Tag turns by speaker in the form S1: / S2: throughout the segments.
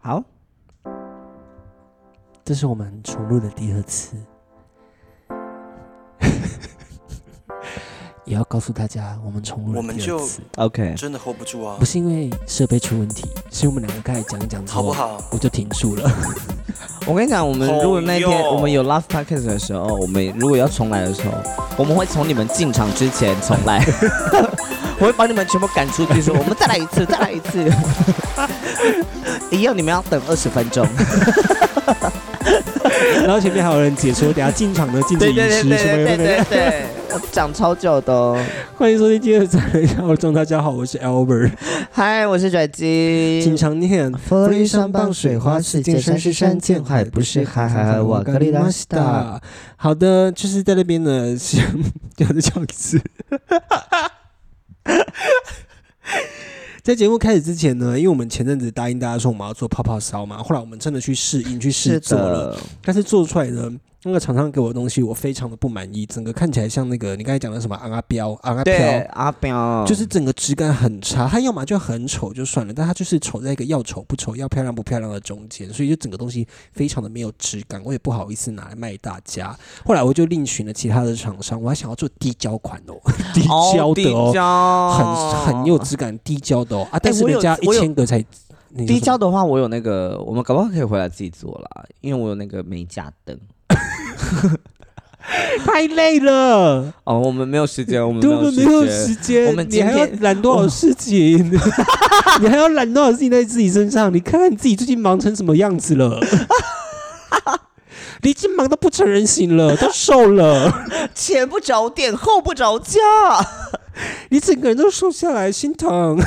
S1: 好，
S2: 这是我们重录的第二次， 也要告诉大家，我们重录
S3: 我
S2: 了
S3: 们
S2: 第
S3: 就
S2: 二次，
S1: OK，
S3: 真的 hold 不住啊
S2: 不，是因为设备出问题，是我们两个开始讲一讲之
S3: 好
S2: 后，
S3: 不好？
S2: 我就停住了。
S1: 我跟你讲，我们
S3: 好
S1: 如果那天
S3: 用
S1: 我们有 last podcast 的时候，我们如果要重来的时候，我们会从你们进场之前重来， 我会把你们全部赶出去，说我们再来一次，再来一 次， 一样你们要等二十分钟。
S2: 然后前面还有人解说，等下进场的禁止
S1: 对
S2: 饮
S1: 对对
S2: 食
S1: 对
S2: 什么有
S1: 对
S2: 的没
S1: 对
S2: 的。
S1: 对， 我讲超久的哦。
S2: 欢迎收听今天的三人小伙大家好，我是 Albert。
S1: 嗨，我是拽
S2: 经
S1: 鸡。
S2: 常念
S1: 佛
S2: 西。。好的，就是在那边呢，是 要再讲一次。在节目开始之前呢，因为我们前阵子答应大家说我们要做泡泡烧嘛，后来我们真的去试音去试
S1: 是
S2: 做了，
S1: 的，
S2: 但是做出来呢，那个厂商给我的东西我非常的不满意，整个看起来像那个你刚才讲的什么昂阿标昂阿
S1: 对嗯
S2: 飘，
S1: 阿彪
S2: 就是整个质感很差，它要么就很丑就算了，但它就是丑在一个要丑不丑、要漂亮不漂亮的中间，所以就整个东西非常的没有质感，我也不好意思拿来卖大家。后来我就另寻了其他的厂商，我还想要做低胶款的哦， 低胶的哦，
S1: 哦，
S2: 很很有质感，低胶的哦啊，但是
S1: 哎我有
S2: 人家一
S1: 我有
S2: 千个才你说
S1: 低
S2: 什么
S1: 胶的话，我有那个，我们搞不好可以回来自己做啦，因为我有那个美甲灯。
S2: 太累了，
S1: 哦，我们没有时间，我们
S2: 对，我们
S1: 没
S2: 没有
S1: 时
S2: 时
S1: 间。
S2: 间，
S1: 我们
S2: 你
S1: 今
S2: 还
S1: 天
S2: 要揽多少事情？ 你还要揽多少事情在自己身上？你看看你自己最近忙成什么样子了？ 你已经忙到不成人形了，都瘦了，
S1: 前不着店后不着家，
S2: 你整个人都瘦下来，心疼。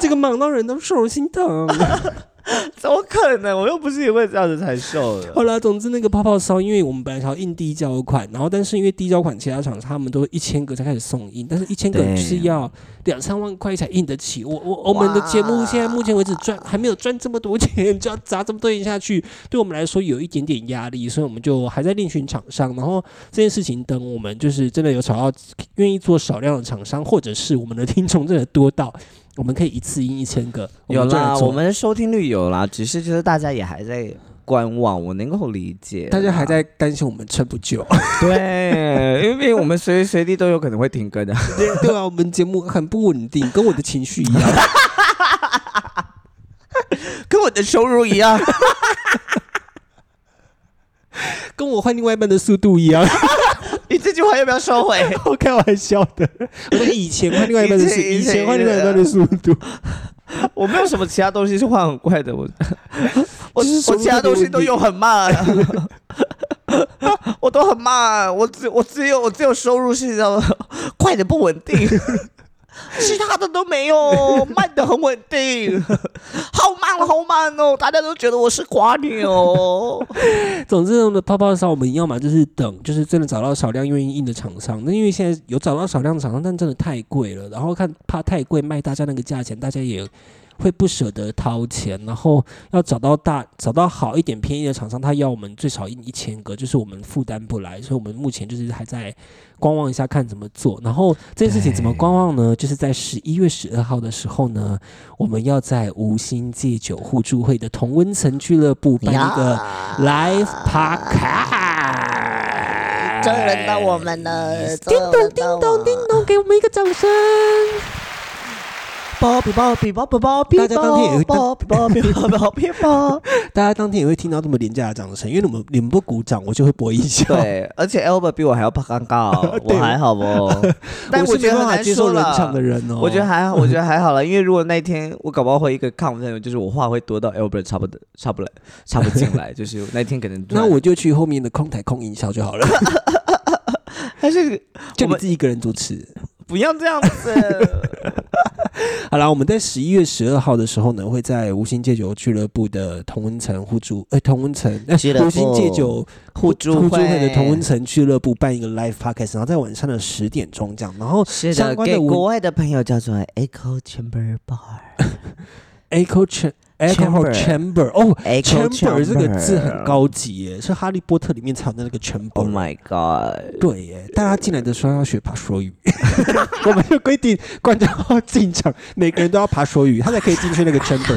S2: 这个忙到人都瘦，心疼。
S1: 怎么可能？我又不是因为这样子才瘦的。
S2: 后来，总之那个泡泡烧，因为我们本来想要印低胶款，然后但是因为低胶款其他厂商他们都一千个才开始送印，但是一千个
S1: 对
S2: 就是要两三万块才印得起。我我我们的节目现在目前为止赚还没有赚这么多钱，就要砸这么多钱下去，对我们来说有一点点压力，所以我们就还在另寻厂商。然后这件事情等我们就是真的有找到愿意做少量的厂商，或者是我们的听众真的多到我们可以一次印一千个，我
S1: 有
S2: 们就来
S1: 啦，
S2: 做
S1: 我 们收听率有啦，只是就是大家也还在观望，我能够理解。
S2: 大家还在担心我们撑不久。
S1: 对，因为我们随时随地都有可能会停更的。
S2: 对 对啊，我们节目很不稳定，跟我的情绪一样。
S1: 跟我的收入一样。
S2: 跟我换另外一半的速度一样。
S1: 你这句话要不要收回？
S2: 我 开玩笑的，我说以前换另外一半的速，以
S1: 以前以前
S2: 前换另外一半的速度，
S1: 我没有什么其他东西是画很快的，我 我
S2: 就是收
S1: 我
S2: 入
S1: 其他东西
S2: 特
S1: 都
S2: 别
S1: 有很慢， 我都很慢，我只我只有我只有收入是要 快的不稳定， 其他的都没 有，慢的很稳定，好慢好慢哦，大家都觉得我是瓜 牛，
S2: 总之，我们的泡泡烧，我们要么就是等，就是真的找到少量愿意印的厂商。那因为现在有找到少量厂商，但真的太贵了，然后看怕太贵卖大家那个价钱，大家也会不舍得掏钱。然后要找到大找到好一点便宜的厂商，他要我们最少印一千个，就是我们负担不来，所以我们目前就是还在观望一下看怎么做。然后这件事情怎么观望呢？就是在十一月十二号的时候呢，我们要在无心戒酒互助会的同温层俱乐部办一个 live podcast。
S4: 真人到我们了，
S1: 哎
S2: 叮咚叮
S4: 到
S2: 咚叮咚，给我们一个掌声！
S1: 包比包比包比包比
S2: 大家当天也会
S1: 包比包比包比包比包。
S2: 大家当天也会听到这么廉价的掌声，因为你们你们不鼓掌，我就会播音效。
S1: 对，而且 Albert 比我还要怕尴 尬，我还好不？但
S2: 我是
S1: 觉
S2: 没
S1: 得
S2: 办
S1: 很
S2: 法
S1: 难
S2: 接受
S1: 说
S2: 冷
S1: 了。
S2: 场的人哦。
S1: 我觉得还好，我觉得还好了，因为如果那一天我搞不好会一个亢奋，就是我话会多到 Albert 插不得插不来插不进来，就是那一天可能突
S2: 那
S1: 然
S2: 我就去后面的空台空音效就 好了，
S1: 但是我
S2: 就你
S1: 们
S2: 自己一个人主持。
S1: 不要这样子，
S2: 好啦，我们在十一月十二号的时候呢，会在无心戒酒俱乐部的同温层互助，哎、同温层，哎、
S1: 俱乐部
S2: 无心戒酒
S1: 互助
S2: 助会
S1: 会
S2: 的同温层俱乐部办一个 live podcast，然后在晚上的十点钟这样，然后
S1: 是
S2: 相
S1: 的，
S2: 关的
S1: 给
S2: 文
S1: 国外的朋友叫做 Echo Chamber Bar，
S2: Echo Ch echo chamber 哦
S1: Echo
S2: chamber 这个字很
S1: chamber
S2: 高级耶，是哈利波特里面藏的那个
S1: Oh
S2: chamber。
S1: my god！
S2: 对耶，大家进来的时候要学爬梭鱼， 我们就规定观众要进场，每个人都要爬梭鱼，他才可以进去那个 chamber。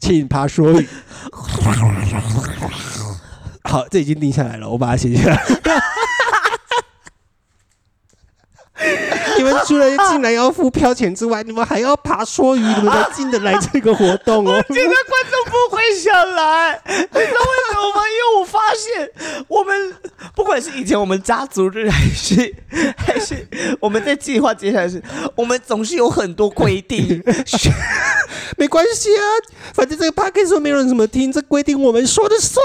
S2: 请爬梭鱼。好，这已经定下来了，我把它写下来。 你们除了进来要付票钱之外，你们还要爬梭鱼，你们才进得来这个活动哦。
S1: 今天观众不会想来，你知道为什么吗？因为我发现我们不管是以前我们家族日，还是 还是我们在计划接下来是，我们总是有很多规定。
S2: 没关系啊，反正这个 p a c k a g e 没有人怎么听，这规定我们说的算。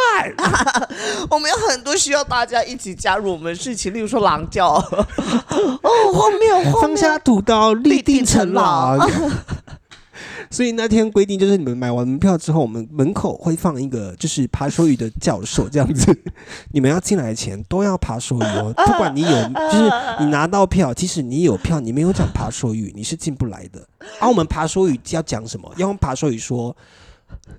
S1: 我们有很多需要大家一起加入我们的事情，例如说狼叫， 哦，荒谬，荒
S2: 放
S1: 谬。
S2: 下屠刀，立定
S1: 定
S2: 成
S1: 成
S2: 牢
S1: 牢。
S2: 所以那天规定就是，你们买完门票之后，我们门口会放一个就是爬梭鱼的教授这样子， 你们要进来前都要爬梭鱼哦，不管你有，就是你拿到票，即使你有票，你没有讲爬梭鱼，你是进不来的。而、我们爬梭鱼要讲什么？要用爬梭鱼说。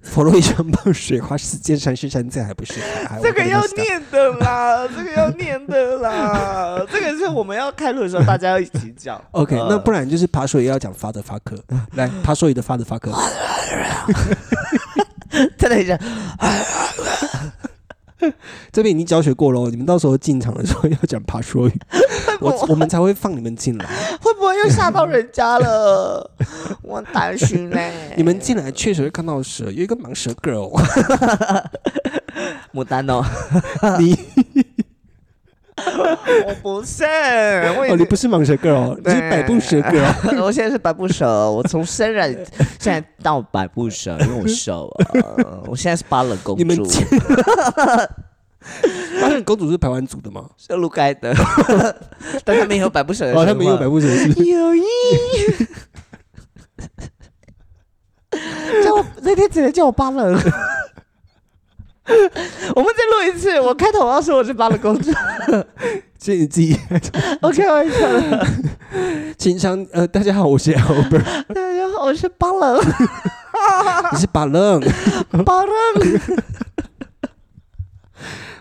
S2: 佛罗伊 山棒水花是见山是山，在还不是海。海
S1: 这个要。
S2: 我跟你讲
S1: 念的 啦，这个要念的啦，这个是我们要开录的时候大家要一起讲。
S2: OK，、
S1: 呃
S2: 那不然就是爬梭鱼要讲 father fucker，来 爬梭鱼的 father fucker。
S1: 再来一下，
S2: 这边已经教学过喽，你们到时候进场的时候要讲爬梭 语，我我们才会放你们进来。
S1: 会不会又吓到人家了？ 我很担心嘞。
S2: 你们进来确实会看到蛇，有一个蟒蛇 girl，哦
S1: 牡丹哦，
S2: 你
S1: 我不是，我
S2: 哦，
S1: 已
S2: 你
S1: 经
S2: 不是蟒蛇 girl，你哦是百步蛇 girl。
S1: 我现在是 白不蛇，我从生染现在到白不蛇，因为我瘦 了，我现在是巴冷公
S2: 哦你们
S1: 主，
S2: 进， 发现公主是排湾族的吗？
S1: 是鹿盖的， 但他们也有白不蛇的
S2: 哦，他们也有
S1: 生
S2: 百
S1: 活啊
S2: 步蛇是不 是？
S1: 有意。叫我那天只能叫我巴 冷。我们再录一次，我开头要说我是巴冷公主，
S2: 所以你自己，
S1: 我开玩笑的。
S2: 情商呃，大家好，我是 Albert，
S1: 大家哎好，我是巴冷，
S2: 你是巴楞，
S1: 巴冷。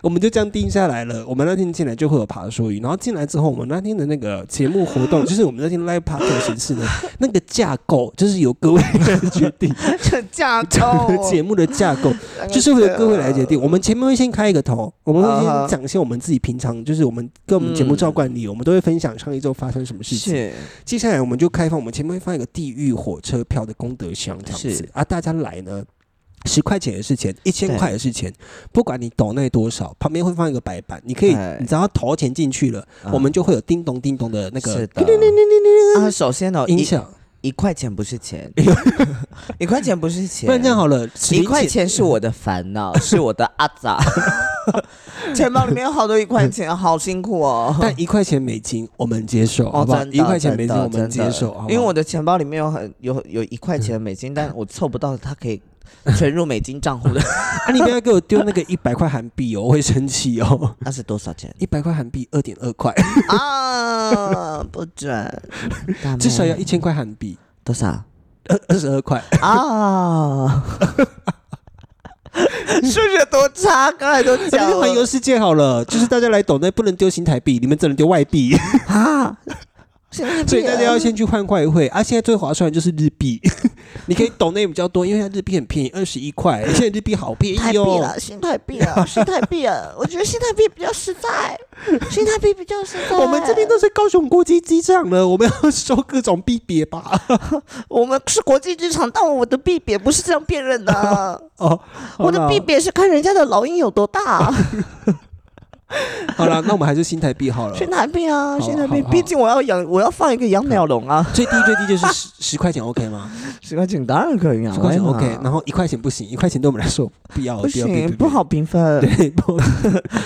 S2: 我们就这样定下来了。我们那天进来就会有爬梭鱼，然后进来之后，我们那天的那个节目活动，就是我们那天 live party 的 形式呢，那个架构就是由各位来决定。
S1: 这哦架
S2: 整个
S1: 构，
S2: 节目的架
S1: 哦
S2: 构， 就是为了各位来决定。我们前面会先开一个头，我们会
S1: 啊
S2: 先
S1: 哈嗯
S2: 讲一些我们自己平常，就是我们跟我们节目照惯例，我们都会分享上一周发生什么事情。
S1: 是
S2: 接下来我们就开放，我们前面会放一个地狱火车票的功德箱这样子
S1: 是
S2: 啊，大家来呢。十块钱也是钱，一千
S1: 对
S2: 块也是钱，不管你抖内多少，旁边会放一个白板，你可以
S1: 对，
S2: 你只要投钱进去了，我们就会有叮咚叮咚的那
S1: 啊是
S2: 个
S1: 的啊，首先呢，
S2: 音
S1: 一
S2: 响。
S1: 一块钱不是 钱，一块钱不是钱，
S2: 不然这样好了，
S1: 一块钱是我的烦 恼，是我的阿杂。钱包里面有好多一块钱，好辛苦哦。
S2: 但一块钱美金我们接受，好
S1: 哦，
S2: 不好？
S1: 真的，
S2: 一块钱美金
S1: 真的
S2: 我们接受，
S1: 真
S2: 好
S1: 的
S2: 不
S1: 因为
S2: 好
S1: 我的钱包里面有很有有一块钱的美金，但我凑不到它可以存入美金账户 的。
S2: 啊，你不要给我丢那个一百块韩币哦，我会生气 哦。
S1: 那是多少 钱
S2: 一百块韩币二点二块，
S1: 嗯啊？不准，大妹
S2: 至少要一千块韩币，
S1: 多 少？
S2: 二二十二块。
S1: 啊，数学多差，刚才都
S2: 那
S1: 讲
S2: 就环游
S1: 了
S2: 世界好了，就是大家来抖那不能丢新台币，你们只能丢 外币，
S1: 啊，
S2: 所以大家要
S1: 现
S2: 先去换外汇啊。现在最划算的就是日 币，你可以抖那比较多，因为它日币很便宜，二十一块，现在日币好便
S1: 在太
S2: 宜
S1: 币
S2: 哦。
S1: 了，新太币了，新太币了，我觉得新太币比较实在， 新太币比较实在。
S2: 我们这边都是高雄国际机场了，我们要收各种币别吧。
S1: 我们是国际职场，但我的币别不是这样辨认 的啊，
S2: 哦，好
S1: 我的
S2: 啦
S1: 币别是看人家的老鹰有多大，
S2: 好了，那我们还是新台币 好了。
S1: 新太币啊，
S2: 好
S1: 新太币
S2: 好，好
S1: 毕竟我要养，我要放一个养鸟笼啊，
S2: 最低最低就是十 十块钱 OK 吗？
S1: 十块钱当然可以啊
S2: 十块钱
S1: 我也
S2: OK，
S1: 拿
S2: 然后一块钱不行，一块钱对我们来说不要，
S1: 不
S2: 要要
S1: 行，不。好评分，
S2: 对，不好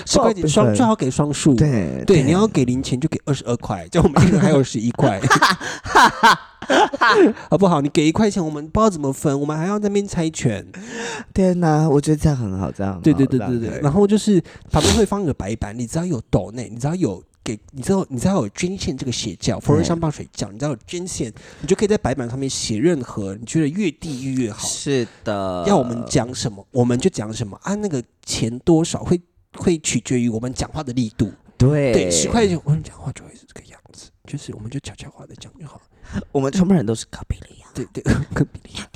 S2: 十块钱
S1: 不好评
S2: 双
S1: 分
S2: 最好给双数。
S1: 对
S2: 对，你要给零钱就给二十二块，这样我们一人还有十一 块，好不好？你给一块钱，我们不知道怎么分，我们还要在那边猜拳。
S1: 天哪，我觉得这样很好，这样很好
S2: 对对对
S1: 这样
S2: 对
S1: 可
S2: 对。
S1: 以
S2: 欸然后就是旁边会放一个白板，你只要有抖内，你只要有给你知道你知道有捐献这个邪教，佛人香棒水教，你知道有捐献，你就可以在白板上面写任何你觉得越地狱越好，
S1: 是的，
S2: 要我们讲什么我们就讲什么啊，那个钱多少会会取决于我们讲话的力度，
S1: 对
S2: 对，十块钱我们讲话就会是这个样子，就是我们就悄悄话的讲就好了。
S1: 我们全部人都是高比例啊，
S2: 对对， 跟比利亚，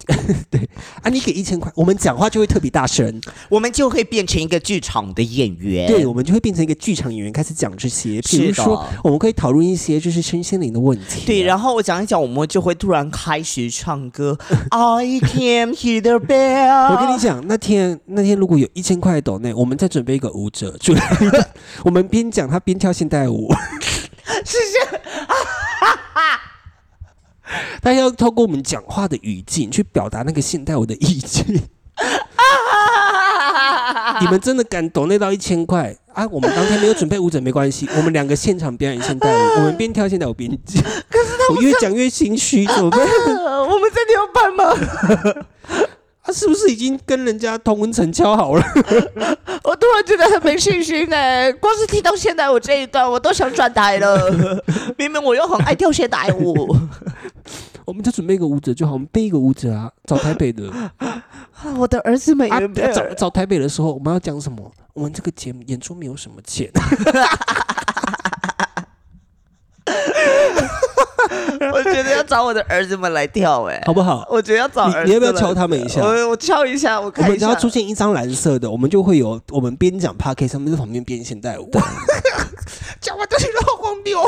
S2: 对啊，你给一千块，我们讲话就会特别大声，
S1: 我们就会变成一个剧场的演员，
S2: 对，我们就会变成一个剧场演员，开始讲这些，比
S1: 是
S2: 如
S1: 的
S2: 说我们可以讨论一些就是身心灵的问题啊，
S1: 对，然后我讲一讲，我们就会突然开始唱 歌。I can hear the bell。
S2: 我 跟你，讲，那天那天如果有一千块的抖内，我们再准备一个舞者出来， 我们边讲他边跳现代舞， 是是，他要透过我们讲话的语境去表达那个现代舞的意境。你们真的敢抖内到一千块啊？我们当天没有准备舞者没关 系，我们两个现场表演现代舞，我们边跳现代舞边讲。可是我越讲越心虚，怎么办？
S1: 呃、我们真的要办吗？
S2: 他、啊是不是已经跟人家同文成敲好了？
S1: 我突然觉得很没信心哎、光是听到现在我这一段，我都想转台了。 明明我又很爱跳现代舞，
S2: 我们就准备一个舞者就好，我们备一个舞者啊，找台北 的啊，
S1: 啊我的儿子们也没有、
S2: 找找台北的时候，我们要讲什么？我们这个节目演出没有什么钱，
S1: 我觉得要找我的儿子们来跳 哎、
S2: 好不好？
S1: 我觉得要找儿子
S2: 你你要不要
S1: 们
S2: 敲他们一下
S1: 我我敲一下，我
S2: 我
S1: 看
S2: 们
S1: 一
S2: 只
S1: 下。
S2: 要出现一张蓝色的，我们就会有我们边讲 p a r k 他们在旁边编现代舞。
S1: 讲完这些都好荒 谬。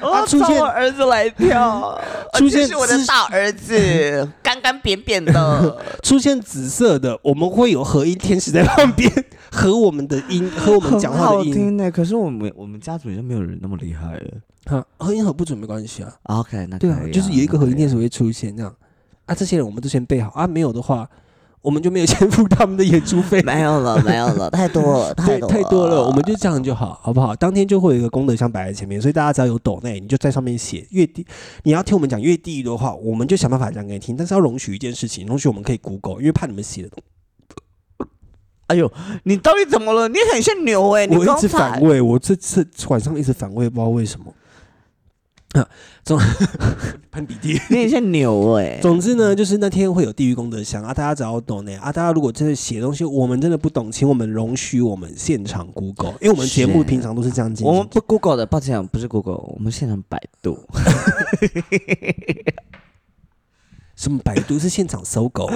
S1: 我要
S2: 出
S1: 找
S2: 现
S1: 我儿子来 跳，哦
S2: 出现
S1: 这是我的
S2: 姿
S1: 大儿子， 干干扁扁的，
S2: 出现紫色的，我们会有合音天使在旁边 和我们的音和我们讲话的音。
S1: 呢、可是我们我们家族就没有人那么厉害了。
S2: 啊，合音合不准没关系啊。
S1: OK，那
S2: 对啊
S1: 可以，
S2: 就是有一个合音
S1: 那可以
S2: 天使会出现这样。啊，这些人我们都先备好啊，没有的话，我们就没有钱付他们的演出费。
S1: 没有了，没有了，太多 了，
S2: 对，
S1: 多
S2: 太多了，我们就这样就好，好不好？当天就会有一个功德箱摆在前面，所以大家只要有抖内，你就在上面写越低，你要听我们讲越地狱的话，我们就想办法讲给你听，但是要容许一件事情，容许我们可以 Google，因为怕你们写的东
S1: 哎呦，你到底怎么了？你很像牛哎、
S2: 西，
S1: 你
S2: 我一
S1: 刚
S2: 直反
S1: 才
S2: 胃，我这次晚上一直反胃，不知道为什么。啊， 总喷鼻涕。
S1: 你很像牛 哎、
S2: 总之呢，就是那天会有地狱功德箱啊，大家只要懂呢啊，大家如果真的写东西，我们真的不懂，请我们容许我们现场 Google，因为我们节目
S1: 是
S2: 平常都是这样进行。
S1: 我们不 Google 的，抱歉，不是 Google，我们现场百度。
S2: 什么百度是现场搜狗，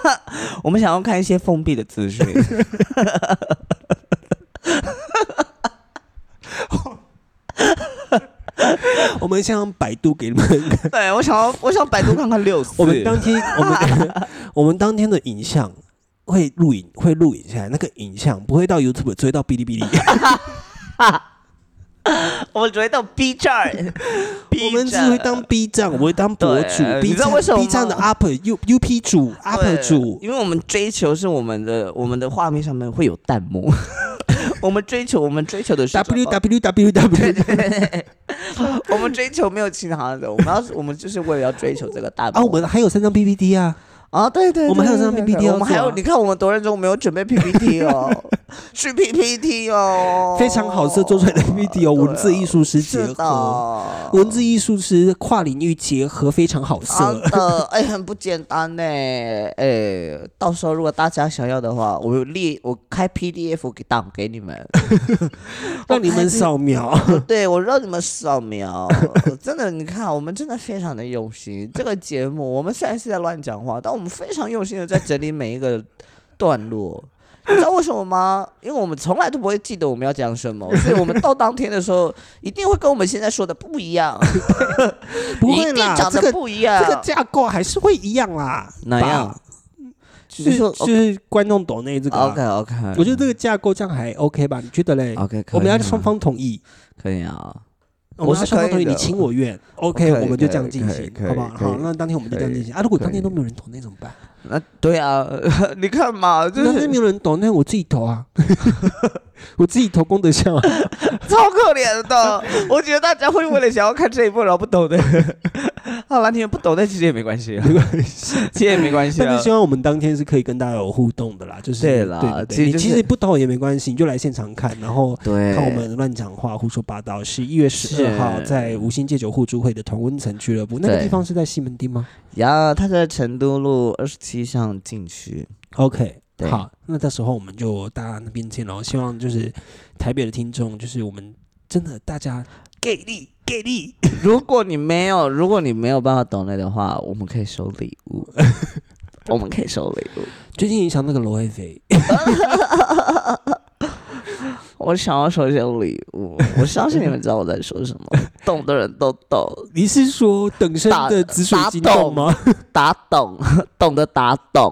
S1: 我们想要看一些封闭的资讯。
S2: 我们向百度给 你们。
S1: 对，我想要，我想百度看看六四。
S2: 我们当天，我们 我们当天的影像会录影，会录影下来。那个影像不会到 YouTube，只会到哔哩哔哩。
S1: 我们只会到 B 站，B
S2: 我们只会当 B 站，我们会当博主
S1: 对。你
S2: B
S1: 知道
S2: 站
S1: 为什么吗
S2: B 站的 UP U UP 主 UP 主，
S1: 因为我们追求是我们的我们的画面上面会有弹 幕，我们追求我们追求的是什么
S2: W W W W
S1: 我们追求没有其他的，我们要我们就是为了要追求这个弹幕
S2: 啊，我们还有三张 PPT 啊，
S1: 啊，对对，对
S2: 我们还有
S1: 对
S2: 上
S1: 对
S2: PPT
S1: 对
S2: 要
S1: 我们还
S2: 做
S1: 有
S2: 啊
S1: 你看我们多认真，我们有准备 PPT 哦，是 PPT 哦，
S2: 非常好色做出来的 PPT 哦，
S1: 对啊
S2: 文字艺术师结
S1: 是
S2: 合，
S1: 的，
S2: 文字艺术师跨领域结合，非常好
S1: 好
S2: 色。
S1: 的，哎、很不简单呢、哎、到时候如果大家想要的话，我有列，我开 PDF 给档给你 们， 哦
S2: 让你们扫描。
S1: 对我让你们扫描。真的，你看，我们真的非常的用心。这个节目，我们虽然是在乱讲话，但我们非常用心的在整理每一个段落。你知道为什么吗？因为我们从来都不会记得我们要讲什么，所以我们到当天的时候，一定会跟我们现在说的不一 样，
S2: 不
S1: 一
S2: 会
S1: 定
S2: 啦，
S1: 讲
S2: 这
S1: 的
S2: 个
S1: 不一样。
S2: 这个架构还是会一样啦。
S1: 哪
S2: 吧
S1: 样？
S2: 就
S1: 你
S2: 是
S1: 说哦
S2: 就是观众懂那这个啊。
S1: OK OK，
S2: 我觉得这个架构这样还 OK 吧？你觉得嘞？
S1: OK，
S2: 我们要
S1: 可以啊
S2: 双方同意，
S1: 可以啊。
S2: 我们要
S1: 是
S2: 双方
S1: 可以
S2: 同意，
S1: 的嗯
S2: 你情我愿
S1: 可以
S2: ，OK，我们就这样进
S1: 可以
S2: 行
S1: 可，以
S2: 好不好？
S1: 可以
S2: 好，那当天我们就这样进行啊。如果当天都没有人投，那怎么办？
S1: 那对啊，你看嘛，就
S2: 当天
S1: 是
S2: 没有人投，那我自己投啊。我自己投功德箱啊，
S3: 超可怜 的。我觉得大家会为了想要看这一部，然后不懂的。 好了，你们不懂，但其实也没关系，啊
S2: 没关系。
S3: 其实也没关系
S2: 但
S3: 啊
S2: 是。希望我们当天是可以跟大家有互动的啦，就是
S3: 对啦
S2: 对对
S3: 其实
S2: 你
S3: 就是
S2: 其实不懂也没关系，你就来现场看，然后
S3: 对
S2: 看我们乱讲话、胡说八道。十一月十二号
S3: 是
S2: 在五星戒酒互助会的同温层俱乐部，那个
S3: 对
S2: 地方是在西门町吗
S3: 呀，他在成都路二十七巷禁区。
S2: ？OK，
S3: 对
S2: 好，那到时候我们就大家那边见喽。希望就是台北的听众，就是我们真的大家给力给力，
S3: 如果你没有，如果你没有办法懂类的话，我们可以收礼 物，我们可以收礼物。
S2: 最近影响那个罗威菲，
S3: 我想要收些礼物，我相信你们知道我在说什 么，懂的人都懂，
S2: 你是说等身
S3: 打
S2: 的紫水
S3: 打
S2: 晶洞
S3: 洞
S2: 吗？
S3: 打懂，懂得打懂，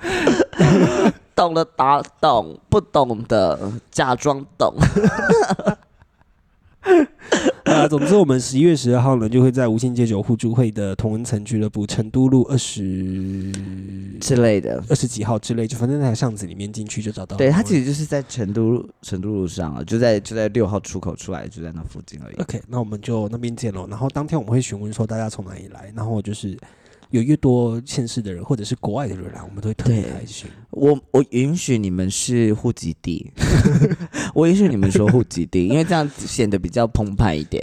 S3: 懂得打懂，不懂的假装懂。
S2: 啊，总之我们十一月十二号呢，就会在无限戒酒互助会的同文层俱乐部成都路二十
S3: 之类的。
S2: 二十几号之类，就反正那条巷子里面进去就找到了同
S3: 对，
S2: 文。
S3: 它其实就是在成都路成都路上啊，就在就在六号出口出来，就在那附近而已。
S2: OK，那我们就那边见喽。然后当天我们会询问说大家从哪里来，然后就是有越多县市的人或者是国外的人来，我们都会特别
S3: 对
S2: 开心。
S3: 我我允许你们是户籍 地，我允许你们说户籍地，因为这样显得比较澎湃一点。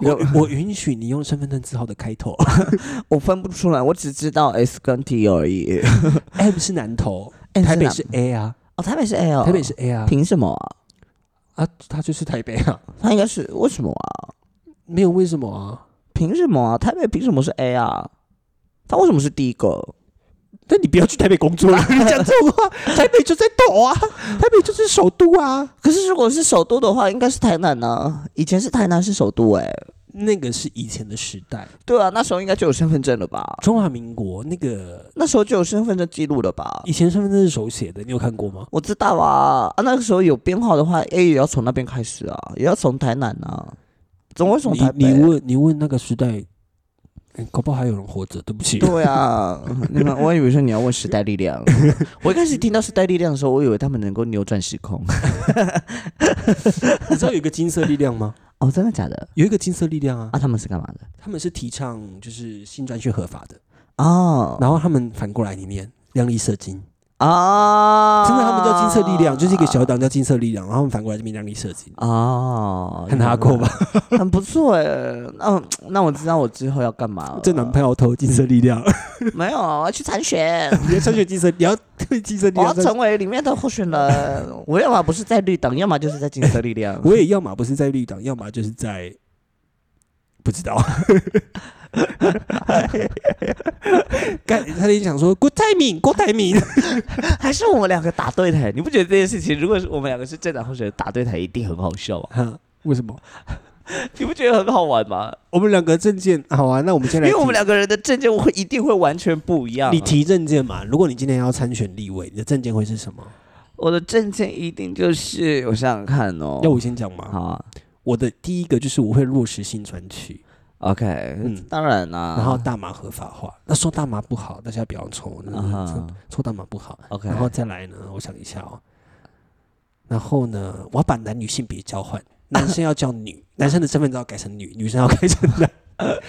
S2: 我我允许你用身份证字号的开头
S3: 我分不出来，我只知道 S 跟 T 而已。
S2: ，M 是南投，
S3: 哎
S2: 台北
S3: 哪
S2: 是 A 啊，
S3: 哦，台北是 L，
S2: 台北是 A 啊，
S3: 凭什么啊？
S2: 啊，它就是台北啊，
S3: 他应该是为什么啊？
S2: 没有为什么啊？
S3: 凭什么啊？台北凭什么是 A 啊？他为什么是第一 个？
S2: 那你不要去台北工作了， 你讲这 种话，台北就在抖啊，台北就是首都啊。
S3: 可是如果是首都的话，应该是台南啊。以前是台南是首都哎、
S2: 那个是以前的时代，
S3: 对啊，那时候应该就有身份证了吧？
S2: 中华民国那个
S3: 那时候就有身份证记录了吧？
S2: 以前身份证是手写的，你有看过吗？
S3: 我知道啊，啊那个时候有编号的话，A 也要从那边开始啊，也要从台南啊，总会从台
S2: 你你
S3: 北。
S2: 问你问那个时代，哎搞不好还有人活着，对不起。
S3: 对啊， 你看，我以为说你要问时代力 量。我一开始听到时代力量的时候，我以为他们能够扭转时空。
S2: 你知道有一个金色力量吗？
S3: 哦，真的假的？
S2: 有一个金色力量啊
S3: 啊，，他们是干嘛的？
S2: 他们是提倡就是性专学合法的，
S3: 哦
S2: 然后他们反过来里面亮丽射精，
S3: 啊，
S2: 真的他们叫金色力量，就是一个小党叫金色力量，然后他们反过来这边亮丽射精，
S3: 哦，
S2: 很哈过吧？
S3: 很不错哎。那那我知道我之后要干嘛了。
S2: 这男朋友投金色力量，
S3: 哦没有，我要去参选。
S2: 你要参选金色， 你要对金色力
S3: 我要
S2: 量参选。
S3: 成为里面的候选人， 我要么不是在绿党，要么就是在金色力量。
S2: 我也要么不是在绿党，要么就是在不知道。 干，他就想说郭台铭，郭台铭，
S3: 还是我们两个打对台？你不觉得这件事情，如果是我们两个是政党候选人打对台，一定很好笑吗？
S2: 哈为什么？
S3: 你不觉得很好玩吗？
S2: 我们两个证件好啊，那我们先
S3: 因
S2: 来提，
S3: 为我们两个人的政见会一定会完全不一样、
S2: 你，提证件嘛。如果你今天要参选立委，你的证件会是什么？
S3: 我的政见一定就是我想想看哦。
S2: 要我先讲吗？
S3: 好啊
S2: 我的第一个就是我会落实新专区，
S3: ，OK，、
S2: 嗯
S3: 当然啦、
S2: 然后大麻合法化。那说大麻不好，大家不要抽，那
S3: 啊
S2: 个抽
S3: 哈
S2: 抽大麻不好。
S3: ，OK，
S2: 然后再来呢，我想一下哦。然后呢，我要把男女性别交换，男生要叫女， 男生的身份证要改成女，女生要改成男，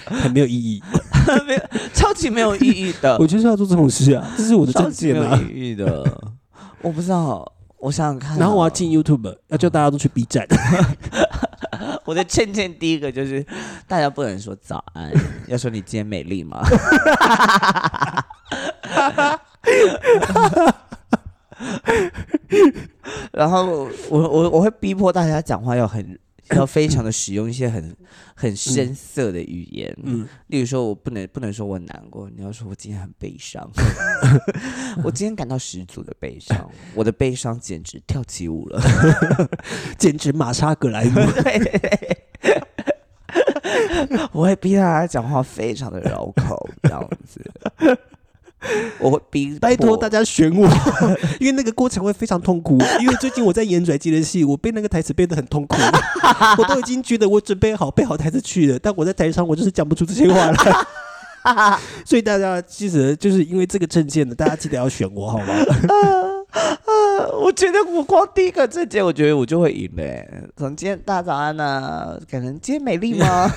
S2: 很没有意义。
S3: 没有超级没有意义的，
S2: 我就是要做这种事啊，这是我的
S3: 超
S2: 证
S3: 级
S2: 件
S3: 没有
S2: 啊。
S3: 意义的。我不知道，我想想看哦、
S2: 然后我要进 YouTube，要叫大家都去 B 站。
S3: 我的证件第一个就是，大家不能说早安，要说你今天美丽吗？ 然后我我我会逼迫大家讲话要很要非常的使用一些很很深色的语言，
S2: 嗯，
S3: 例如说我不能不能说我难过，你要说我今天很悲 伤，我今天感到十足的悲伤，我的悲伤简直跳起舞了。
S2: 简直玛莎格莱姆。
S3: 对对对， 我会逼大家讲话非常的绕口，这样子。我会逼，
S2: 拜托大，家选我， 因为那个过程会非常痛苦。因为最近我在演转机的戏，我背那个台词背得很痛苦，我都已经觉得我准备好背好台词去了，但我在台上我就是讲不出这些话来。所以大家记得，就是因为这个证件呢，大家记得要选我，好吗？
S3: 呃我觉得我光第一个这节，我觉得我就会赢嘞、从今天大早安呢、啊感觉今天美丽 吗？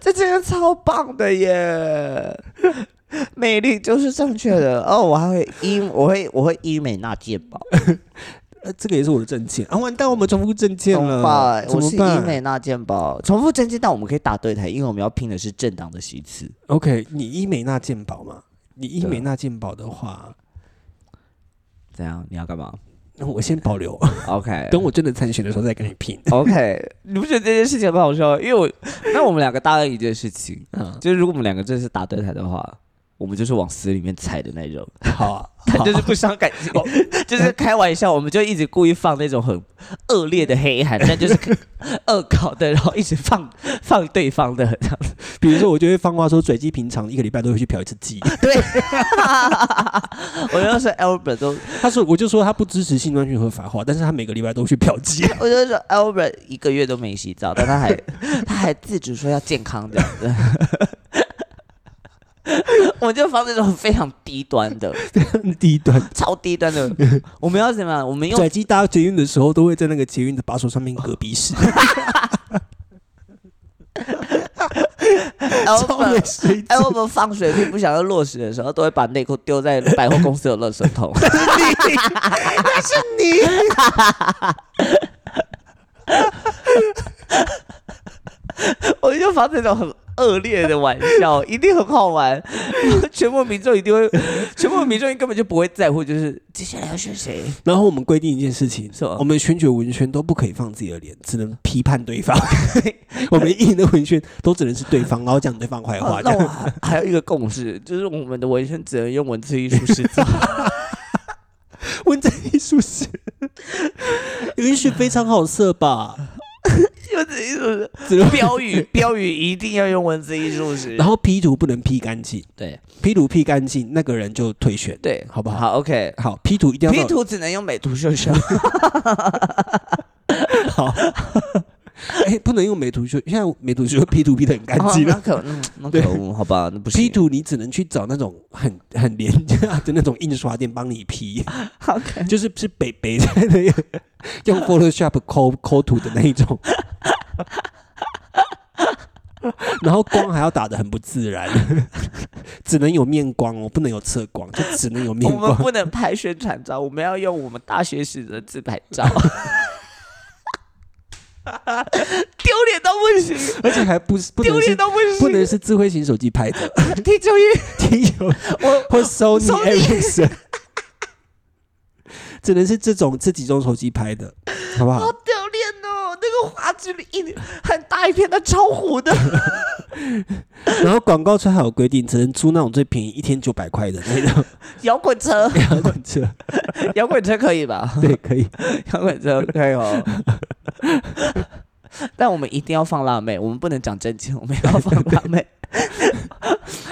S3: 这真的超棒的耶！美丽就是正确 的哦，我还会医，我会我会医美那健保，
S2: 呃，这个也是我的证件啊！完蛋，我们重复证件
S3: 懂
S2: 了，
S3: 吧？
S2: 怎
S3: 我是
S2: 么
S3: 医
S2: 办
S3: 美那健保，重复证件，但我们可以打对台，因为我们要拼的是正当的席次。
S2: ？OK，你医美那健保嘛？你医
S3: 对
S2: 美那健保的话，
S3: 怎样？你要 干嘛
S2: 那我先保留，
S3: ？OK，
S2: 等我真的参选的时候再跟你拼。
S3: OK，你不觉得这件事情很好笑？因为我，那我们两个大概一件事情，
S2: 嗯，
S3: 就是如果我们两个真的是打对台的话，我们就是往死里面踩的那 种，
S2: 好啊，
S3: 但就是不伤感情， 就是开玩笑，我们就一直故意放那种很恶劣的黑函，但就是 恶搞的，然后一直放放对方 的，
S2: 比如说我就会放话说，嘴机平常一个礼拜都会去嫖一次 妓。
S3: 对，我就说 Albert 都，
S2: 他说，我就说他不支持性专训合法化，但是他每个礼拜都去嫖 妓。
S3: 我就说 Albert 一个月都没洗澡，但他还他还自主说要健康这样子。 我就放这种非常低端的、
S2: 第一段，
S3: 超低端的，我们要怎么样？我们用
S2: 拽机搭捷运的时候，都会在那个捷运的把手上面隔鼻 屎，超没
S3: Albert
S2: 水准。
S3: Albert 哎放水并不想要落实的时候，都会把内裤丢在百货公司的垃圾桶。 我就发这种很恶劣的玩笑，一定很好玩。全国民众一定会，全国民众根本就不会在乎，就是接下来要选谁。
S2: 然后我们规定一件事情，
S3: 是吗
S2: 我们选举文宣都不可以放自己的脸，只能批判对 方。我们印的文宣都只能是对方，然后讲对方坏
S3: 啊
S2: 话。这
S3: 那
S2: 样
S3: 我还还有一个共识，就是我们的纹身只能用文字艺术制 造。
S2: 文字艺术史， 允许非常好色吧？
S3: 文字艺术
S2: 只能
S3: 标语，标语一定要用文字艺术史
S2: 然。后 P 图不能 P 干净
S3: 对
S2: ，P 图 P 干净，那个人就退选。
S3: 对，
S2: 好不好
S3: 好，OK。
S2: 好，P 图一定要
S3: P
S2: 到
S3: 图只能用美图秀 秀，
S2: 好。哎、不能用美图秀，现在美图秀 P 图 P 的很干净
S3: 那
S2: 了。
S3: 可嗯那
S2: 对
S3: 可恶，好吧，那不行。
S2: P 图你只能去找那种很很廉价的那种印刷店帮你 P，
S3: ，OK，
S2: 就是是北北在那个用 Photoshop 抠抠图的那一种，然后光还要打的很不自然， 只能有面光哦，不能有侧光，就只能有面
S3: 我们
S2: 光。
S3: 不能拍宣传照，我们要用我们大学时的自拍照， 丢脸到不行，
S2: 而且还不是不
S3: 丢
S2: 能
S3: 脸
S2: 是
S3: 到不
S2: 不能
S3: 行。
S2: 是智慧型手机拍的，
S3: 踢球衣，
S2: 听有
S3: 我
S2: 或 Sony
S3: Sony
S2: Ericsson，只能是这种这几种手机拍的，好不好
S3: 好？丢脸哦，那个画质里一很大一片，它超糊的。
S2: 然后广告窗还有规定，只能租那种最便宜一天九百块的那种
S3: 摇滚车，
S2: 两轮车，
S3: 摇滚车可以吧？
S2: 对，可以。
S3: 摇滚 车可以哦。 但我们一定要放辣妹，我们不能讲真情，我们要放辣妹。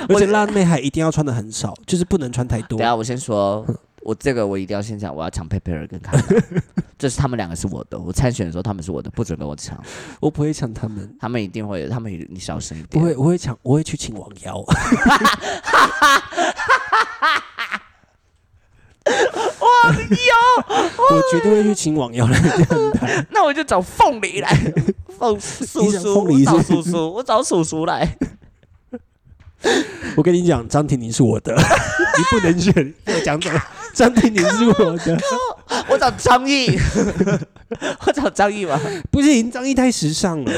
S2: 而且辣妹还一定要穿的很少，就是不能穿太
S3: 等
S2: 多
S3: 一。下我先说，我这个我一定要先讲，我要抢佩佩尔跟卡 纳，这是他们两个是我的，我参选的时候他们是我的，不准跟我抢，
S2: 我不会抢他们，
S3: 他们一定会，他们一定你小声一
S2: 不
S3: 点。
S2: 会，我会抢，我会去请王 瑶。我绝对会去请网瑶来讲的。
S3: 那我就找凤梨 来，凤叔
S2: 你想
S3: 叔，
S2: 凤
S3: 我
S2: 梨
S3: 找
S2: 是
S3: 叔叔，我找叔叔 来。
S2: 我跟你讲，张婷婷是我 的，你不能选。我讲什么？张婷婷是我的，
S3: 我找张 译，我找张译吧。
S2: 不行，张毅太时尚了，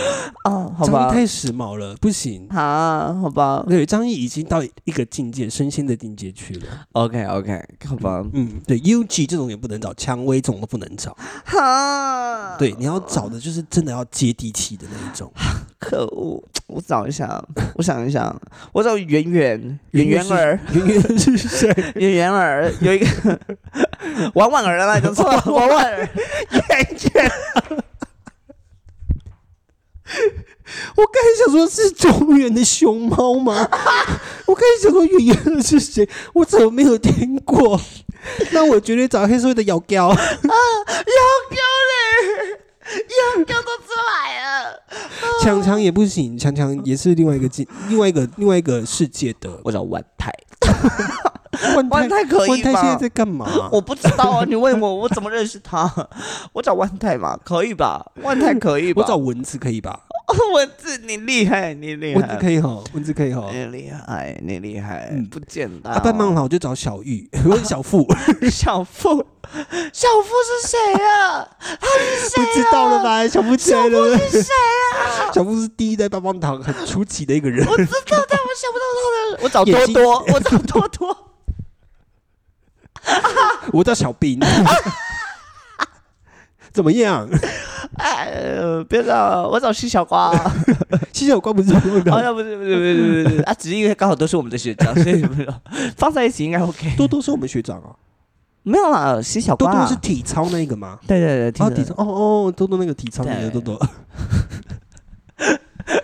S3: 哦，好
S2: 啊张毅
S3: 吧，
S2: 太时髦了，不行。
S3: 啊，好吧
S2: 对，张毅已经到一个境界，升仙的境界去了。
S3: ，OK OK，好吧，
S2: 嗯，对，UG 这种也不能找，蔷薇这种都不能找。
S3: 哈，
S2: 对，你要找的就是真的要接地气的那一种。
S3: 可恶，我找一下，我想一想，我找圆圆，圆圆
S2: 是
S3: 儿，，
S2: 圆圆是 谁？
S3: 圆圆儿有一个婉婉儿啦，就错了，婉婉儿，圆圆，
S2: 我刚才想说，是中原的熊猫吗？ 我刚才想说，圆圆是谁？我怎么没有听过？那我绝对找黑社会的姚彪。
S3: 要丢嘞，要丢都出来了。
S2: 强强也不行，强强也是另外一个境，另外一个另外一个世界的。
S3: 我找万泰，
S2: 万
S3: 万
S2: 泰，
S3: 泰可
S2: 万
S3: 以
S2: 泰现在
S3: 吗？
S2: 在干嘛？
S3: 我不知道啊，你问我，我怎么认识他？我找万泰嘛，可以吧？万泰可以吧？
S2: 我找蚊子可以吧？
S3: 文字，你厉害，你厉
S2: 蚊子
S3: 害，
S2: 可以哈，蚊子可以哈。
S3: 你厉害，你厉害，
S2: 嗯
S3: 不简单、
S2: 啊，半忙了我就找小玉，我是小 富，
S3: 小付，小付是谁啊？
S2: 你知道了吧？小富起来了，
S3: 是谁啊？
S2: 小富是第一代棒棒糖很出奇的一个人。
S3: 我知道，但我想不到他的。我找
S2: 眼
S3: 多
S2: 睛
S3: 多，我找多多。
S2: 我叫 小兵，怎么样？
S3: 哎，呃别找了，我找西小瓜。好
S2: 其实我光不是棒棒糖，
S3: 像哦不是，不是，不是，不是，不是啊，只是因为刚好都是我们的学长，所以不知道放在一起应该 OK。
S2: 多多是我们学长啊，
S3: 没有啦，西小
S2: 多
S3: 瓜啊
S2: 多是体操那个吗？
S3: 对对对，
S2: 啊，
S3: 听
S2: 体
S3: 着
S2: 操哦哦，多多那个体操那个多
S3: 对
S2: 多，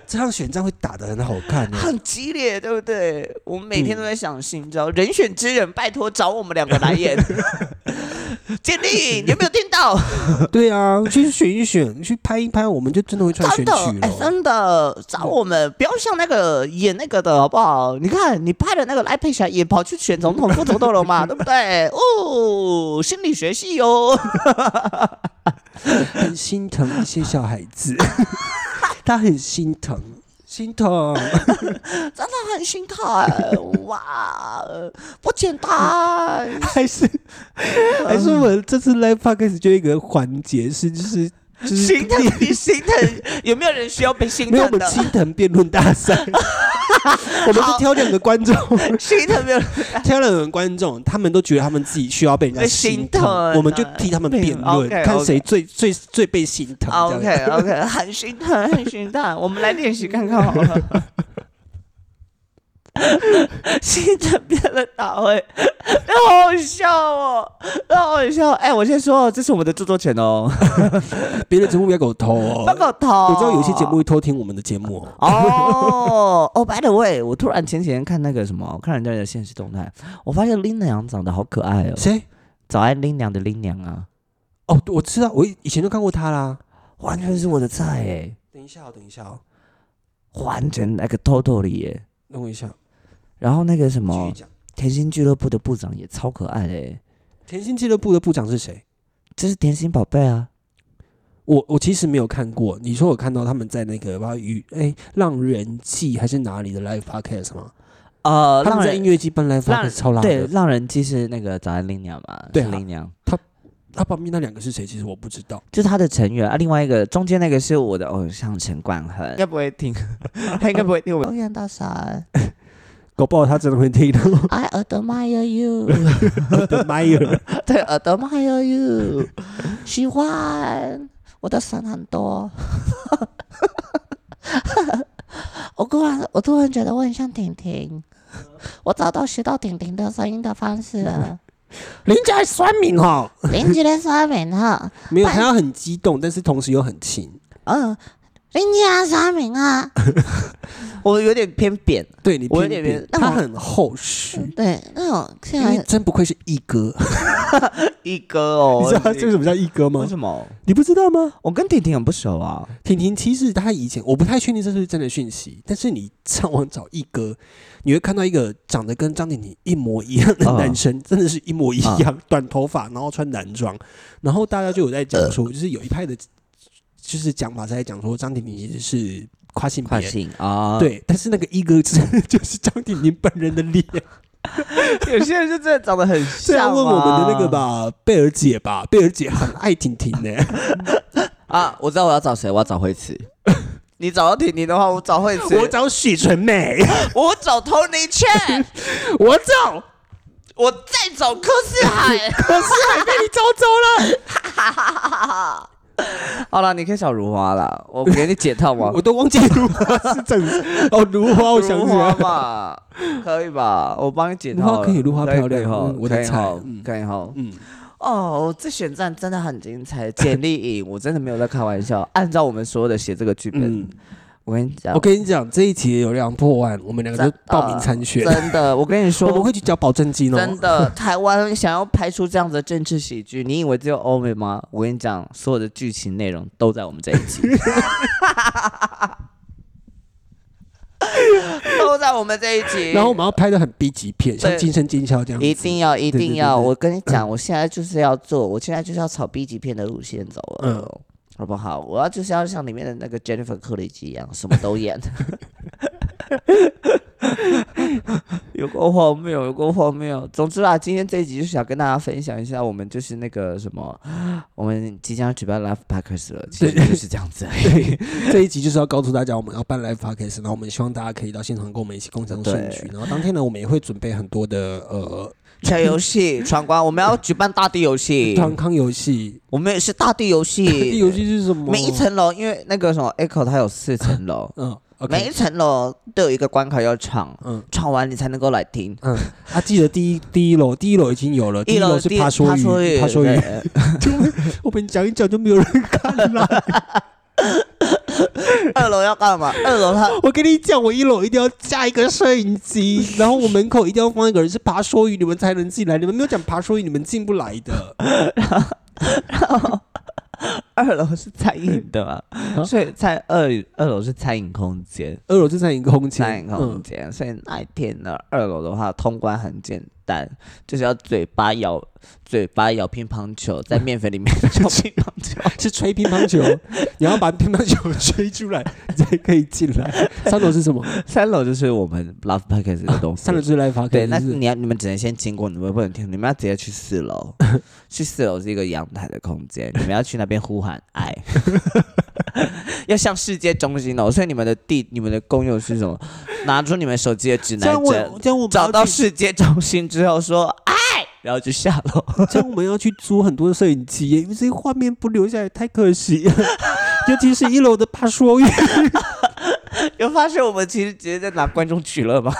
S2: 这样选战会打的很好看啊呢。
S3: 很激烈，对不对？我们每天都在想新招，人选之人，拜托找我们两个来 演。建立，你有没有听到？
S2: 对啊，去选一选，去拍一拍，我们就真的会穿
S3: 真
S2: 选
S3: 的，
S2: 曲
S3: 哎、
S2: 了。
S3: 真的找我们，不要像那个演那个的好不好？你看你拍的那个赖佩霞也跑去选总统、副总统了 嘛，对不对？哦，心理学系哦，
S2: 很心疼一些小孩子， 他很心疼，心疼。
S3: 真的很心疼哇，不简单。
S2: 还是还是我们这次 live podcast 就有一个环节是就是就是
S3: 心疼你心疼，有没有人需要被心
S2: 没有我
S3: 疼
S2: 们
S3: 的？
S2: 心疼辩论大 赛，我们是挑两个观众，
S3: 心疼 没有人
S2: 挑两个观众，他们都觉得他们自己需要被人家
S3: 被
S2: 心
S3: 心疼啊
S2: 我们就替他们辩论，
S3: OK，OK
S2: 看谁最最最被心疼。这样
S3: OK OK，很哦 心疼，很心疼。我们来练习看看好了。 心疼别人打会，好好笑哦，好好笑。哎、我先说哦，这是我们的著作权哦，
S2: 别的节目不要给我偷哦
S3: 报。告头。
S2: 我
S3: 我
S2: 知道有些节目。会偷听我们的节目哦，
S3: 哦哦，By the way，我突然前几天看那个什么，我看人家的现实动态，我发现林娘长得好可爱哦。
S2: 谁？
S3: 早安，林娘的林娘啊，
S2: 哦，我知道，我以前就看过他啦。
S3: 完全是我的菜哎，
S2: 等一下哦，等一下哦，
S3: 完全那个 totally 耶。
S2: 等我一下，
S3: 然后那个什
S2: 继
S3: 么
S2: 续，讲。
S3: 甜心俱乐部的部长也超可爱的、欸，
S2: 甜心俱乐部的部长是谁？
S3: 这是甜心宝贝啊，
S2: 我我其实没有看过，你说我看到他们在那个吧与哎浪人记还是哪里的 live podcast 吗？
S3: 呃，
S2: 他
S3: 浪
S2: 们在
S3: 人
S2: 音乐季办 live
S3: 浪
S2: podcast 超辣
S3: 对
S2: 的。
S3: 浪人记是那个早安林娘嘛，
S2: 对啊
S3: 是林娘，
S2: 他旁边那两个是谁？其实我不知道。
S3: 就是他的成员啊，另外一个中间那个是我的偶像陈冠恒，应该不会听， 他应该不会听我。
S1: 欧阳大神
S2: 搞不好他真的会听到。
S1: ，I admire you，
S2: 我 的妈呀！
S1: 对，admire you，喜欢我的神很多。我突然，我突然觉得我很像婷婷，我找到学到婷婷的声音的方式了。
S2: 人家还酸民哈，
S1: 林杰的酸民哈，
S2: 没有，他要很激动，但是同时又很轻。
S1: 嗯，林杰的酸民啊，
S3: 我有点偏扁，
S2: 对你
S3: 我
S2: 偏
S3: 有点
S2: 扁，
S3: 那
S2: 他
S3: 我
S2: 很厚实。
S1: 对，啊那种现
S2: 因为
S1: 在
S2: 真不愧是一哥，
S3: 一哥哦，
S2: 你知道他为什么叫一哥吗
S3: 为？什么？
S2: 你不知道吗？
S3: 我跟婷婷很不熟啊，
S2: 婷婷其实她以前我不太确定这是不是真的讯息，但是你上网找一哥，你会看到一个长得跟张婷婷一模一样的
S3: 啊
S2: 男生，真的是一模一样，短头发，然后穿男装，然后大家就有在
S3: 呃
S2: 讲说，就是有一派的，就是讲法是在讲说张婷婷其实是跨性
S3: 跨
S2: 别。
S3: 性啊，，
S2: 对，但是那个一哥真的就是 张婷婷本人的脸，
S3: 有些人就真的长得很
S2: 虽然
S3: 像。啊
S2: 啊问我们的那个，吧，贝尔姐吧，贝尔姐很爱婷婷呢、
S3: 啊，我知道我要找谁，我要找惠 慈。你找到婷婷的话，我找惠慈，
S2: 我找许纯美，
S3: 我找 Tony Chan，
S2: 我找
S3: 我再找柯 世 海。
S2: 可是还被你找走了。
S3: 好了，你可以找如花了，我给你解套吗
S2: 我？都忘记如花是正 哦，如花，我想
S3: 如
S2: 起
S3: 花
S2: 来，
S3: 嘛，可以吧？我帮你解套了。
S2: 如花可以如花漂亮
S3: 哈
S2: 嗯，我的
S3: 可以
S2: 菜
S3: 哈
S2: 嗯，
S3: 可以哈。
S2: 嗯，
S3: 哦，这选战真的很精彩，简历营，我真的没有在开玩笑。按照我们所有的写这个剧本
S2: 嗯，
S3: 我跟你讲
S2: 我，跟你讲，这一集流量破万，我们两个就报名参选，
S3: 呃真的，我跟你
S2: 我们
S3: 说。
S2: 会去交保证金
S3: 真
S2: 哦。
S3: 的，台湾想要拍出这样子的政治喜 剧，你以为只有欧美吗？我跟你讲，所有的剧情内容都在我们这一集。都在我们这一集。
S2: 然后我们要拍的很 B 级片，像
S3: 对
S2: 《惊声尖叫》这样子，
S3: 一定要，一
S2: 对对
S3: 定
S2: 对
S3: 要！
S2: 对
S3: 我跟你讲，我现在就是要做，我现在就是要朝 B 级片的路线走了，好不好？我要就是要像里面的那个 Jennifer 克里奇一样，什么都演。 有够荒谬，有够荒谬。总之啦，今天这一集就是想跟大家分享一下，我们就是那个什么，我们即将要举办 Live Packers 了，其实就是这样子而已。
S2: 这一集就是要告诉大家，我们要办 live podcast，然后我们希望大家可以到现场跟我们一起共享盛举。
S3: 对
S2: 然后当天呢，我们也会准备很多的呃
S3: 全游戏闯关，我们要举办大地游戏，
S2: 团康游戏，哎
S3: 我们也是大地游戏，
S2: 游戏是什么？，
S3: 每一层楼，因为那个什么 Echo 它有四层楼
S2: 嗯
S3: 每
S2: ，OK，
S3: 一层楼都有一个关卡要唱，
S2: 嗯
S3: 唱完你才能够来听。
S2: 嗯，啊，记得第一第一楼，第一楼已经有了，第一楼是
S3: 第
S2: 爬说鱼，爬说鱼，
S3: 对
S2: 我们讲一讲就没有人 看了。
S3: 二楼要干 嘛？二楼它
S2: 我跟你讲，我一楼一定要架一个摄影机， 然后我门口一定要放一个人是爬说鱼，你们才能进来。你们没有讲爬说鱼，你们进不来 的。
S3: 二楼是餐饮的
S2: 啊
S3: 嘛，所以在二二楼是餐饮空间，
S2: 二楼是餐饮空间，嗯
S3: 餐饮空间，所以那一天呢，二楼的话通关很简单，就是要嘴巴咬嘴巴咬乒乓球，在面粉里面 咬乒乓球。
S2: 是吹乒乓球， 你要把乒乓球吹出来，你才可以进 来。三楼是什么？
S3: 三楼就是我们 Love Package 的东西，
S2: 三楼就是 live p o
S3: 对，
S2: d
S3: 那
S2: c 是
S3: 你要你们只能先经过，你们不能听，你们要直接去四 楼，去四楼是一个阳台的空间，你们要去那边呼喊爱， 要向世界中心哦。所以你们的地，你们的功用是什么？拿出你们手机的指
S2: 这
S3: 南
S2: 样我
S3: 针，
S2: 这样我们
S3: 找到
S2: 要去
S3: 世界中心之后说爱，然后就下楼。
S2: 这样我们要去租很多的摄影机耶，因为这些画面不留下来太可惜 了。尤其是一楼的爬树鱼，
S3: 有发现我们其实直接在拿观众取乐吗？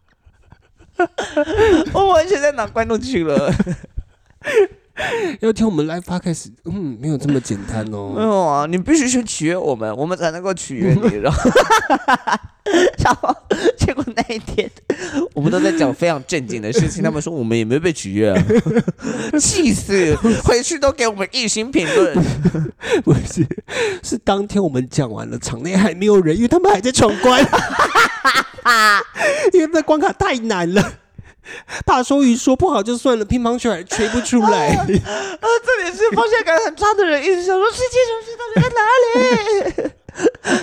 S3: 我完全在拿观众取乐，
S2: 要听我们 live podcast，嗯，没有这么简单
S3: 没
S2: 哦。
S3: 有啊，你必须先取悦我们，我们才能够取悦你。然后，然后结果那一天，我们都在讲非常正经的事情，他们说我们也没被取悦、啊， 气死！回去都给我们一星评论。
S2: 不是，是当天我们讲完了，场内还没有人，因为他们还在闯关，因为那关卡太难了。爬树鱼说不好就算了，乒乓球还吹不出 来。
S3: 啊，这里是方向感很差的人，一直想说世界中心到底在哪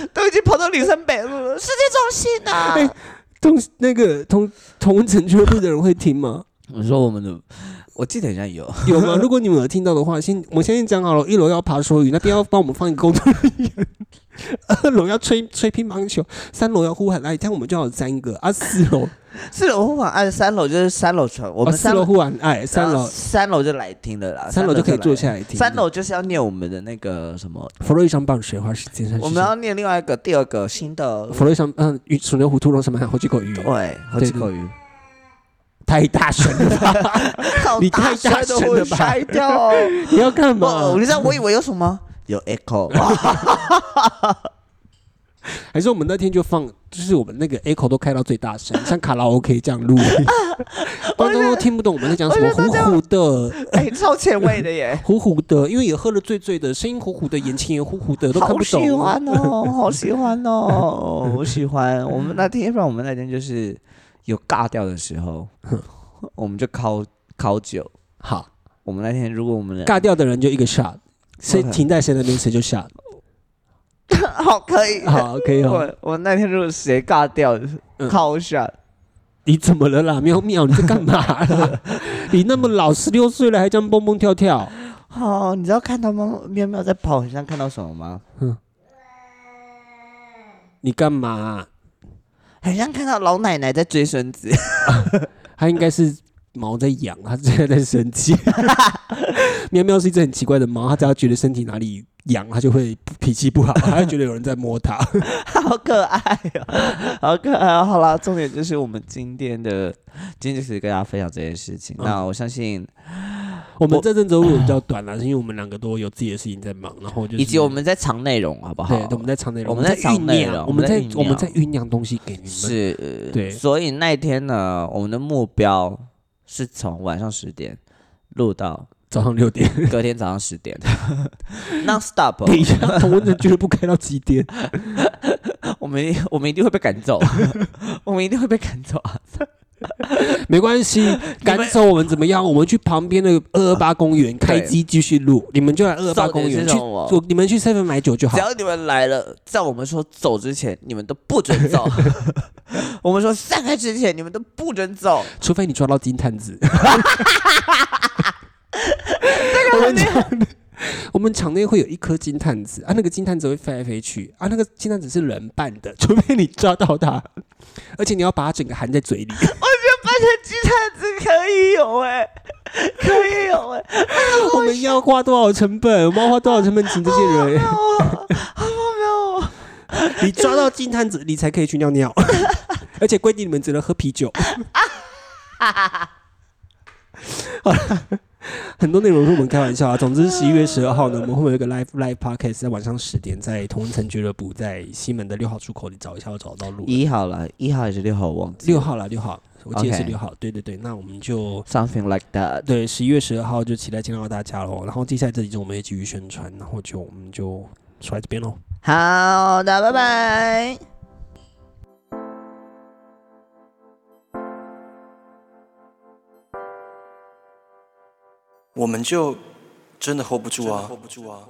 S3: 里？ 都已经跑到里山北路了，世界中心啊！
S2: 哎同那个同同文城俱乐部的人会听 吗？
S3: 我说我们的，我记得好像有，
S2: 有吗？如果你们有听到的话，先我先讲好了，一楼要爬梭鱼，那边要帮我们放一个工作人员， 二楼要吹吹乒乓球，三楼要呼喊哎爱，这样我们就要有三个啊。四楼，
S3: 四楼呼喊按三楼就是三楼传，我
S2: 哦
S3: 们
S2: 四
S3: 三
S2: 楼呼喊爱，三
S3: 然后
S2: 楼
S3: 三楼就来听的啦，
S2: 三楼就可
S3: 来
S2: 以坐。下来听。
S3: 三楼就是要念我们的那个什么，
S2: 弗洛伊上棒水花时间上，
S3: 我们要念另外一个第二个新的，
S2: 弗洛伊上嗯鱼鼠牛虎兔龙什么好几口鱼，
S3: 对，好几口鱼，
S2: 太大声了 吧？
S3: 好
S2: 你太
S3: 声
S2: 大
S3: 都
S2: 声
S3: 会
S2: 了吧
S3: 摔掉。
S2: 你要干嘛
S3: 哦，你？知道我以为有什么？有 echo，哇
S2: 还是我们那天就放，就是我们那个 echo 都开到最 大声，像卡拉 OK 这样录，观众都听不懂我们在讲什么，
S3: 我觉得这样
S2: 糊糊的，
S3: 哎，超前卫的耶，
S2: 糊糊的，因为也喝了醉醉的，声音糊糊的，眼睛也糊糊的，都看
S3: 好
S2: 不
S3: 喜
S2: 懂。
S3: 欢哦， 好喜欢哦，我喜欢。我们那天，要不然我们那天就是有尬掉的时 候，我们就烤烤酒。
S2: 好，
S3: 我们那天如果我们
S2: 尬掉的人就一个 shot，谁
S3: OK
S2: 停在谁那边谁就 shot。
S3: 好可以，
S2: 好，可以哦。
S3: 我我那天如果谁尬掉，
S2: 嗯
S3: 靠下，
S2: 你怎么了啦？喵喵，你在干嘛 啦？你那么老，十六岁了还这样蹦蹦跳跳？
S3: 好，你知道看到猫喵喵在跑，很像看到什么吗？
S2: 你干嘛、啊
S3: 很像看到老奶奶在追孙子。
S2: 它应该是毛在痒，它现在在生 气。喵喵是一只很奇怪的猫，它只要觉得身体哪里痒，它就会脾气不好，它就觉得有人在摸 它。
S3: 好可爱哦， 好可爱、哦。好啦，重点就是我们今天的，今天就是跟大家分享这件事情。
S2: 嗯
S3: 那我相信，
S2: 我们这阵子录得比较短了，是因为我们两个都有自己的事情在忙，然后就是
S3: 以及我们在藏内容，好不好
S2: 对，？我们在藏内
S3: 我
S2: 容，
S3: 们
S2: 在
S3: 在藏
S2: 酝
S3: 内
S2: 酿，
S3: 容
S2: 我们
S3: 我
S2: 在
S3: 们在酝
S2: 我们
S3: 酿
S2: 在酝酿东西给你们。
S3: 是，
S2: 对
S3: 所以 那一天呢，我们的目标是从晚上十点录到
S2: 早上六点，
S3: 隔天早上十 点，non stop，
S2: 等一下，同温层俱乐部开到几 点？
S3: 我们我们一定会被赶走， 我们一定会被赶走啊！
S2: 没关系，赶走我们怎么样？我们去旁边的二二八公园开机继续录，你们就来二 二八公园
S3: 重点是
S2: 去
S3: 什么
S2: 做，你们去 seven 买酒就
S3: 哦
S2: 好
S3: 只。要你们来了，在我们说走之前，你们都不准 走；我们说散开之前，你们都不准 走。
S2: 除非你抓到金探子。
S3: 这个很厉害，
S2: 我们场内会有一颗金探子啊，那个金探子会飞来飞去啊，那个金探子是人扮的，除非你抓到它，而且你要把它整个含在嘴里。
S3: 扮成鸡蛋子可以有哎、
S2: 欸
S3: 可以有哎、
S2: 我们要花多少成本？我们要花多少成本请这些人？
S3: 哦，
S2: 你抓到金探子，你才可以去尿尿， 而且规定你们只能喝啤酒。 好啦很多内容是我们开玩笑啊。总之，十一月十二号呢，我们会有一个 live live podcast，在晚上十点，在同文城俱乐部，在西门的六号出口，你找一下，我找到路了。
S3: 一号了，一号还是六号，我忘记
S2: 六
S3: 了。
S2: 号啦，六号，我记得是
S3: OK
S2: 六号。对对对，那我们就
S3: Something like that。
S2: 对十一月十二号就期待见到大家喽。然后接下来这几周我们也继续宣传，然后就我们就说在这边喽。
S3: 好的，拜拜。
S5: 我们就真的 hold 不住啊，hold 不住啊。